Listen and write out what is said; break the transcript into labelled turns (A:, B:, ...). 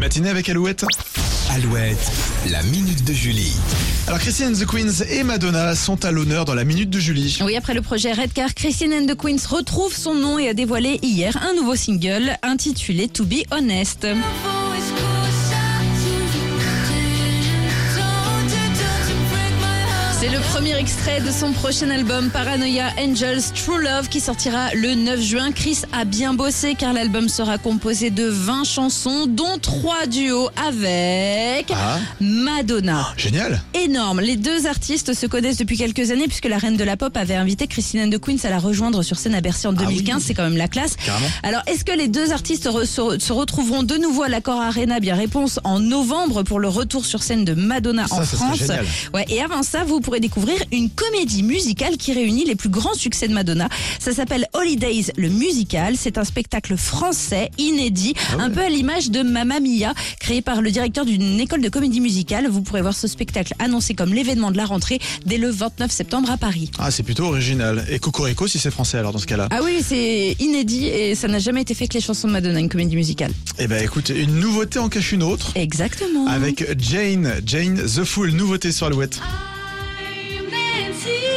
A: matinée avec Alouette.
B: Alouette, la minute de Julie.
A: Alors Christine and the Queens et Madonna sont à l'honneur dans la minute de Julie.
C: Oui, après le projet Redcar, Christine and the Queens retrouve son nom et a dévoilé hier un nouveau single intitulé To Be Honest. C'est le premier extrait de son prochain album Paranoia Angels True Love qui sortira le 9 juin. Chris a bien bossé car l'album sera composé de 20 chansons dont 3 duos avec
A: Ah.
C: Madonna.
A: Génial.
C: Énorme, les deux artistes se connaissent depuis quelques années puisque la reine de la pop avait invité Christine de Queens à la rejoindre sur scène à Bercy en 2015,
A: Ah oui.
C: c'est quand même la classe.
A: Carrément.
C: Alors, est-ce que les deux artistes re- se, re- se retrouveront de nouveau à l'accord Arena Bien réponse en novembre pour le retour sur scène de Madonna
A: Ça,
C: en
A: ça serait
C: France.
A: génial.
C: Ouais, et avant ça, vous pourrez découvrir une comédie musicale qui réunit les plus grands succès de Madonna. Ça s'appelle Holidays, le musical. C'est un spectacle français inédit, un peu à l'image de Mamma Mia, créé par le directeur d'une école de comédie musicale. Vous pourrez voir ce spectacle annoncé comme l'événement de la rentrée dès le 29 septembre à Paris.
A: Ah c'est plutôt original. Et Cocorico si c'est français alors dans ce cas-là.
C: Ah oui, c'est inédit et ça n'a jamais été fait que les chansons de Madonna, une comédie musicale.
A: Eh ben écoute, une nouveauté en cache une autre.
C: Exactement.
A: Avec Jane, Jane the Fool, nouveauté sur Alouette.
D: I'm Nancy.